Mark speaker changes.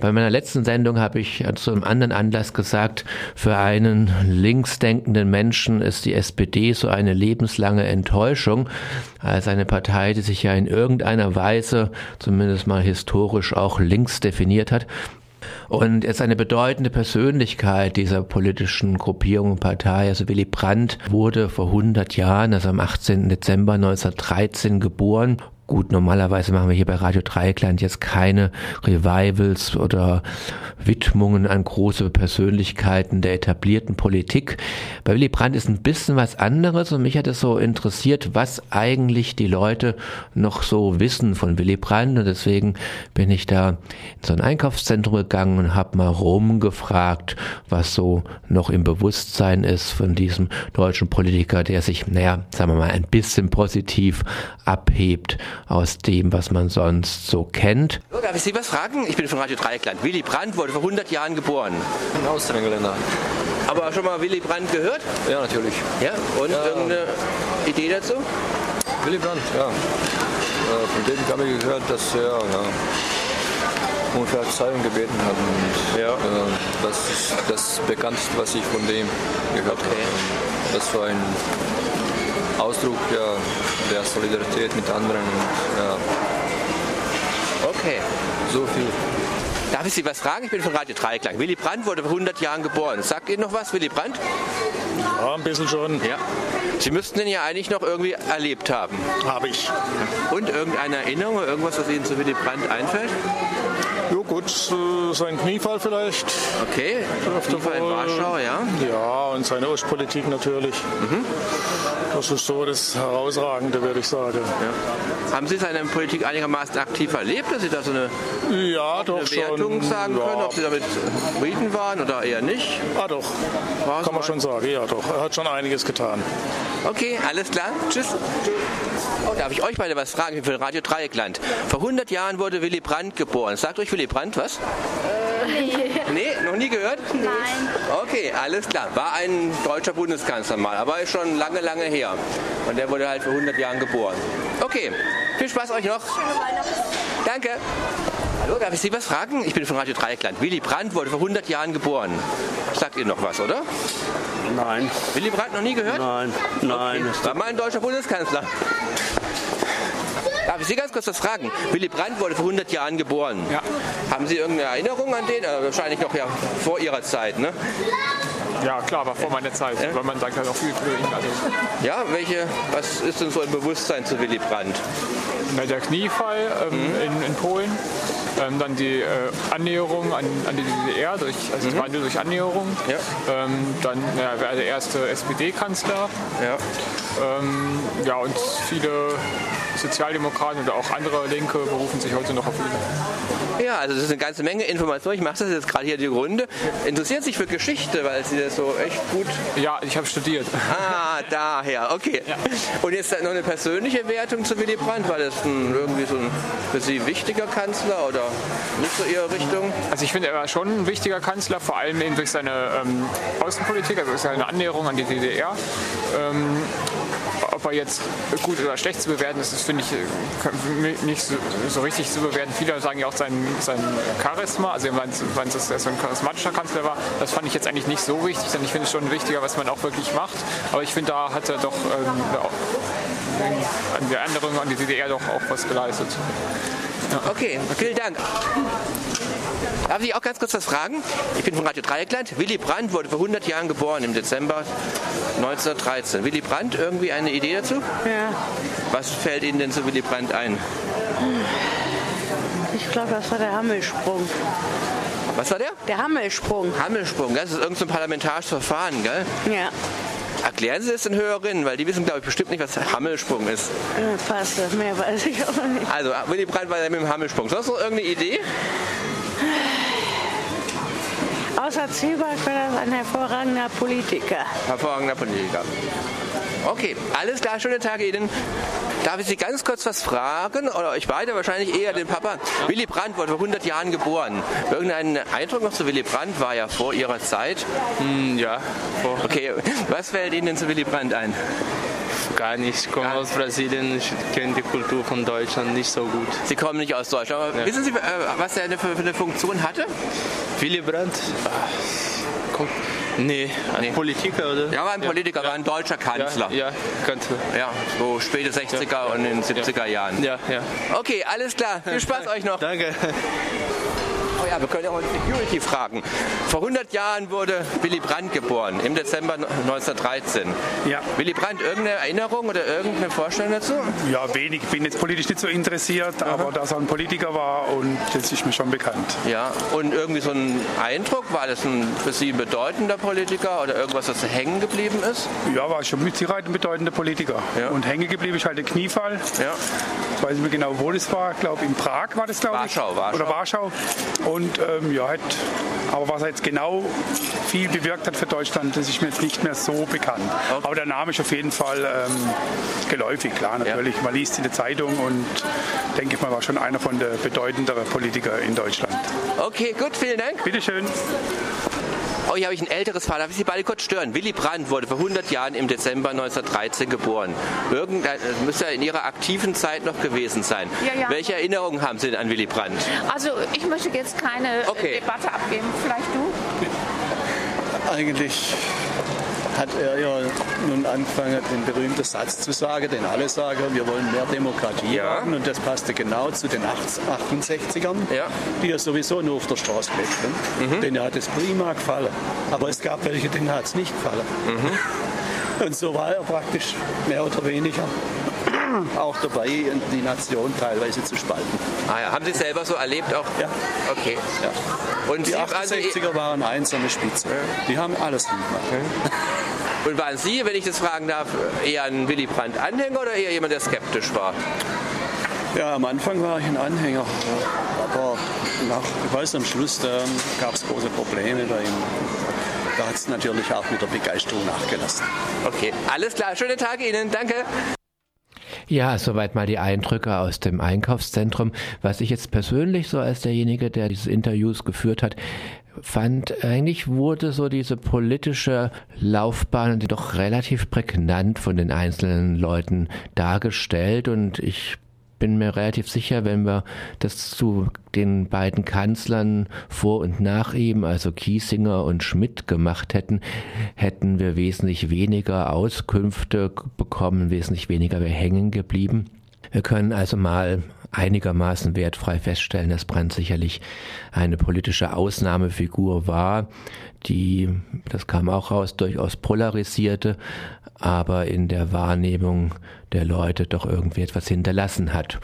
Speaker 1: Bei meiner letzten Sendung habe ich äh, zu einem anderen Anlass gesagt, für einen linksdenkenden Menschen ist die SPD so eine lebenslange Enttäuschung als eine Partei, die sich ja in irgendeiner Weise, zumindest mal historisch, auch links definiert hat. Und jetzt eine bedeutende Persönlichkeit dieser politischen Gruppierung und Partei, also Willy Brandt, wurde vor 100 Jahren, also am 18. Dezember 1913 geboren Gut, normalerweise machen wir hier bei Radio Dreieckland jetzt keine Revivals oder Widmungen an große Persönlichkeiten der etablierten Politik. Bei Willy Brandt ist ein bisschen was anderes und mich hat es so interessiert, was eigentlich die Leute noch so wissen von Willy Brandt und deswegen bin ich da in so ein Einkaufszentrum gegangen und habe mal rumgefragt, was so noch im Bewusstsein ist von diesem deutschen Politiker, der sich, naja, sagen wir mal, ein bisschen positiv abhebt aus dem, was man sonst so kennt.
Speaker 2: So, darf ich Sie was fragen? Ich bin von Radio Dreieckland. Willy Brandt wurde vor 100 Jahren geboren.
Speaker 3: Ein Ausländergeländer.
Speaker 2: Aber schon mal Willy Brandt gehört? Ähm,
Speaker 3: Ja, natürlich.
Speaker 2: Ja? Und irgendeine Idee dazu?
Speaker 3: Willy Brandt, ja. Äh, Von dem habe ich gehört, dass er ja, um Verzeihung gebeten hat. Und,
Speaker 2: Ja.
Speaker 3: äh, das ist das Bekannteste, was ich von dem gehört habe. Und Das war ein Ausdruck ja, der Solidarität mit anderen. Und, ja,
Speaker 2: Okay.
Speaker 3: so viel.
Speaker 2: Darf ich Sie was fragen? Ich bin von Radio Dreieckland. Willy Brandt wurde vor 100 Jahren geboren. Sagt Ihnen noch was, Willy Brandt?
Speaker 4: Ja, ein bisschen schon.
Speaker 2: Ja. Sie müssten ihn ja eigentlich noch irgendwie erlebt haben.
Speaker 4: Habe ich.
Speaker 2: Und irgendeine Erinnerung oder irgendwas, was Ihnen zu Willy Brandt einfällt?
Speaker 4: Jo, gut, äh, sein Kniefall vielleicht.
Speaker 2: Okay.
Speaker 4: Auf
Speaker 2: Die
Speaker 4: der
Speaker 2: war in
Speaker 4: Wahl.
Speaker 2: Warschau, ja. Mhm.
Speaker 4: Ja, und seine Ostpolitik natürlich. Das ist so das Herausragende, würde ich sagen.
Speaker 2: Haben Sie seine Politik einigermaßen aktiv erlebt, dass Sie da so eine,
Speaker 4: Ja, doch
Speaker 2: eine
Speaker 4: schon.
Speaker 2: Wertung sagen
Speaker 4: ja.
Speaker 2: können, ob Sie damit zufrieden waren oder eher nicht?
Speaker 4: Ah, doch.
Speaker 2: War es
Speaker 4: Kann
Speaker 2: mal-
Speaker 4: man schon sagen, ja, doch. Er hat schon einiges getan.
Speaker 2: Okay, alles klar. Tschüss. Oh, darf ich euch beide was fragen für Radio Dreieckland? Vor 100 Jahren wurde Willy Brandt geboren. Sagt euch Willy Brandt was? Nee, noch nie gehört?
Speaker 5: Nein.
Speaker 2: Okay, alles klar. War ein deutscher Bundeskanzler mal, aber ist schon lange, lange her. Und der wurde halt vor 100 Jahren geboren. Okay, viel Spaß euch noch. Danke. Hallo, darf ich Sie was fragen? Ich bin von Radio Dreieckland. Willy Brandt wurde vor 100 Jahren geboren. Sagt ihr noch was, oder?
Speaker 6: Nein,
Speaker 2: Willy Brandt noch nie gehört?
Speaker 6: nein, nein.
Speaker 2: War mal ein deutscher Bundeskanzler. Darf ich Sie ganz kurz was fragen? Willy Brandt wurde vor 100 Jahren geboren.
Speaker 6: Ja.
Speaker 2: Haben Sie irgendeine Erinnerung an den? Äh, wahrscheinlich noch ja vor Ihrer Zeit, ne?
Speaker 7: Ja, klar, war vor meiner Zeit, weil man sagt halt auch viel früher ihn
Speaker 2: Ja, welche, was ist denn so im Bewusstsein zu Willy Brandt?
Speaker 7: Na, Der Kniefall ähm, in, in Polen, ähm, dann die äh, Annäherung an, an die DDR, durch, also das Wandel durch Annäherung.
Speaker 2: Ja.
Speaker 7: Ähm, dann ja, war der erste SPD-Kanzler.
Speaker 2: Ja.
Speaker 7: Ähm, ja, und viele Sozialdemokraten oder auch andere Linke berufen sich heute noch auf ihn.
Speaker 2: Ja, also das ist eine ganze Menge Information. Ich mache das jetzt gerade hier die Runde. Interessiert sich für Geschichte, weil Sie das so echt gut...
Speaker 7: Ja, ich habe studiert.
Speaker 2: Ah, daher, okay. Und jetzt noch eine persönliche Wertung zu Willy Brandt. War das ein, irgendwie so ein für Sie wichtiger Kanzler oder nicht so Ihre Richtung?
Speaker 7: Also ich finde, er war schon ein wichtiger Kanzler, vor allem eben durch seine ähm, Außenpolitik, also durch seine Annäherung an die DDR. Ähm, ob er jetzt gut oder schlecht zu bewerten ist, das finde ich äh, kann- nicht so, so richtig zu bewerten. Viele sagen ja auch sein, sein Charisma, also wenn es dass er so ein charismatischer Kanzler war, das fand ich jetzt eigentlich nicht so wichtig, denn ich finde es schon wichtiger, was man auch wirklich macht. Aber ich finde, da hat er doch ähm, auch an der Annäherung an die DDR doch auch was geleistet.
Speaker 2: Okay, vielen Dank. Darf ich auch ganz kurz was fragen? Ich bin von Radio Dreieckland. Willy Brandt wurde vor 100 Jahren geboren, im Dezember 1913. Willy Brandt, irgendwie eine Idee dazu?
Speaker 8: Ja,
Speaker 2: Was fällt Ihnen denn zu Willy Brandt ein?
Speaker 8: ich glaube, das war der Hammelsprung.
Speaker 2: Was war der?
Speaker 8: Der Hammelsprung.
Speaker 2: Hammelsprung, gell? das ist irgendein so ein parlamentarisches Verfahren, gell?
Speaker 8: Ja,
Speaker 2: Erklären Sie es den Hörerinnen, weil die wissen, glaube ich, bestimmt nicht, was Hammelsprung ist.
Speaker 8: äh, passt. Mehr weiß ich auch nicht.
Speaker 2: Also, Willy Brandt war der mit dem Hammelsprung. Sonst noch irgendeine Idee?
Speaker 8: Außer Zwieback war das ein hervorragender Politiker.
Speaker 2: Hervorragender Politiker. Okay, alles klar, schöne Tage Ihnen. Darf ich Sie ganz kurz was fragen? Oder euch beide, wahrscheinlich eher den Papa. Willy Brandt wurde vor 100 Jahren geboren. Irgendeinen Eindruck noch zu Willy Brandt war ja vor Ihrer Zeit.
Speaker 3: Ja,
Speaker 2: Okay, was fällt Ihnen denn zu Willy Brandt ein?
Speaker 5: Gar nicht. Ich komme aus Brasilien, ich kenne die Kultur von Deutschland nicht so gut.
Speaker 2: Sie kommen nicht aus Deutschland. Aber wissen Sie, äh, was er eine- für für eine Funktion hatte?
Speaker 5: Willy Brandt? Ah, Komm. Nee, ein
Speaker 2: Nee.
Speaker 5: Politiker, oder?
Speaker 2: Ja, war ein Politiker, war ein deutscher Kanzler. Ja,
Speaker 5: Ja, ja, Kanzler.
Speaker 2: so späte 60er und in den 70er Jahren.
Speaker 5: Ja, ja.
Speaker 2: Okay, alles klar. Viel Spaß euch noch.
Speaker 5: Danke.
Speaker 2: Oh ja, wir können ja auch Security fragen. Vor 100 Jahren wurde Willy Brandt geboren, im Dezember 1913.
Speaker 9: Ja.
Speaker 2: Willy Brandt, irgendeine Erinnerung oder irgendeine Vorstellung dazu?
Speaker 9: Ja, wenig. Bin jetzt politisch nicht so interessiert, aber dass er ein Politiker war und das ist mir schon bekannt.
Speaker 2: Ja, und irgendwie so ein Eindruck, war das ein für Sie bedeutender Politiker oder irgendwas, das hängen geblieben ist?
Speaker 9: Ja, war schon mit Sicherheit ein bedeutender Politiker.
Speaker 2: Ja.
Speaker 9: Und hängen geblieben ist halt der Kniefall.
Speaker 2: Ja.
Speaker 9: Ich weiß nicht mehr genau, wo das war. Ich glaube, in Prag war das, glaube ich.
Speaker 2: Warschau, Warschau.
Speaker 9: Oder Warschau. Und ähm, ja, halt, aber was er jetzt genau viel bewirkt hat für Deutschland, das ist mir jetzt nicht mehr so bekannt. Aber der Name ist auf jeden Fall ähm, geläufig, klar, natürlich. Man liest in der Zeitung und denke ich mal, war schon einer von der bedeutenderen Politiker in Deutschland.
Speaker 2: Okay, gut, vielen Dank.
Speaker 9: Bitteschön.
Speaker 2: Oh, hier habe ich ein älteres Paar. Darf ich Sie beide kurz stören? Willy Brandt wurde vor 100 Jahren im Dezember 1913 geboren. Irgendein, das müsste ja in Ihrer aktiven Zeit noch gewesen sein.
Speaker 10: Ja, ja.
Speaker 2: Welche Erinnerungen haben Sie denn an Willy Brandt?
Speaker 10: Also ich möchte jetzt keine äh,
Speaker 2: Okay.
Speaker 10: Debatte abgeben. Vielleicht du?
Speaker 11: Eigentlich hat er ja nun angefangen, den berühmten Satz zu sagen, den alle sagen, wir wollen mehr Demokratie
Speaker 2: Ja.
Speaker 11: haben. Und das passte genau zu den 8- 68ern,
Speaker 2: Ja. Mhm.
Speaker 11: die ja sowieso nur auf der Straße gelebt haben. Denen hat es prima gefallen. Aber es gab welche, denen hat es nicht gefallen.
Speaker 2: Mhm.
Speaker 11: Und so war er praktisch mehr oder weniger auch dabei, die Nation teilweise zu spalten.
Speaker 2: Ah ja, haben Sie es selber so erlebt auch?
Speaker 11: Ja.
Speaker 2: Okay.
Speaker 11: Ja.
Speaker 2: Und,
Speaker 11: Die
Speaker 2: Sie, also waren Sie,
Speaker 11: 68er waren einsame Spitze. Die haben alles gemacht.
Speaker 2: und waren Sie, wenn ich das fragen darf, eher ein Willy Brandt-Anhänger oder eher jemand, der skeptisch war?
Speaker 11: Ja, am Anfang war ich ein Anhänger, aber nach, ich weiß, am Schluss ähm, gab es große Probleme bei ihm. Da hat es natürlich auch mit der Begeisterung nachgelassen.
Speaker 2: Okay, alles klar. Schönen Tag Ihnen. Danke.
Speaker 1: Ja, soweit mal die Eindrücke aus dem Einkaufszentrum. Was ich jetzt persönlich so als derjenige, der diese Interviews geführt hat, fand, eigentlich wurde so diese politische Laufbahn doch relativ prägnant von den einzelnen Leuten dargestellt und ich bin mir relativ sicher, wenn wir das zu den beiden Kanzlern vor und nach ihm, also Kiesinger und Schmidt, gemacht hätten, hätten wir wesentlich weniger Auskünfte bekommen, wesentlich weniger wäre hängen geblieben. Wir können also mal einigermaßen wertfrei feststellen, dass Brandt sicherlich eine politische Ausnahmefigur war, die, das kam auch raus, durchaus polarisierte, aber in der Wahrnehmung der Leute doch irgendwie etwas hinterlassen hat.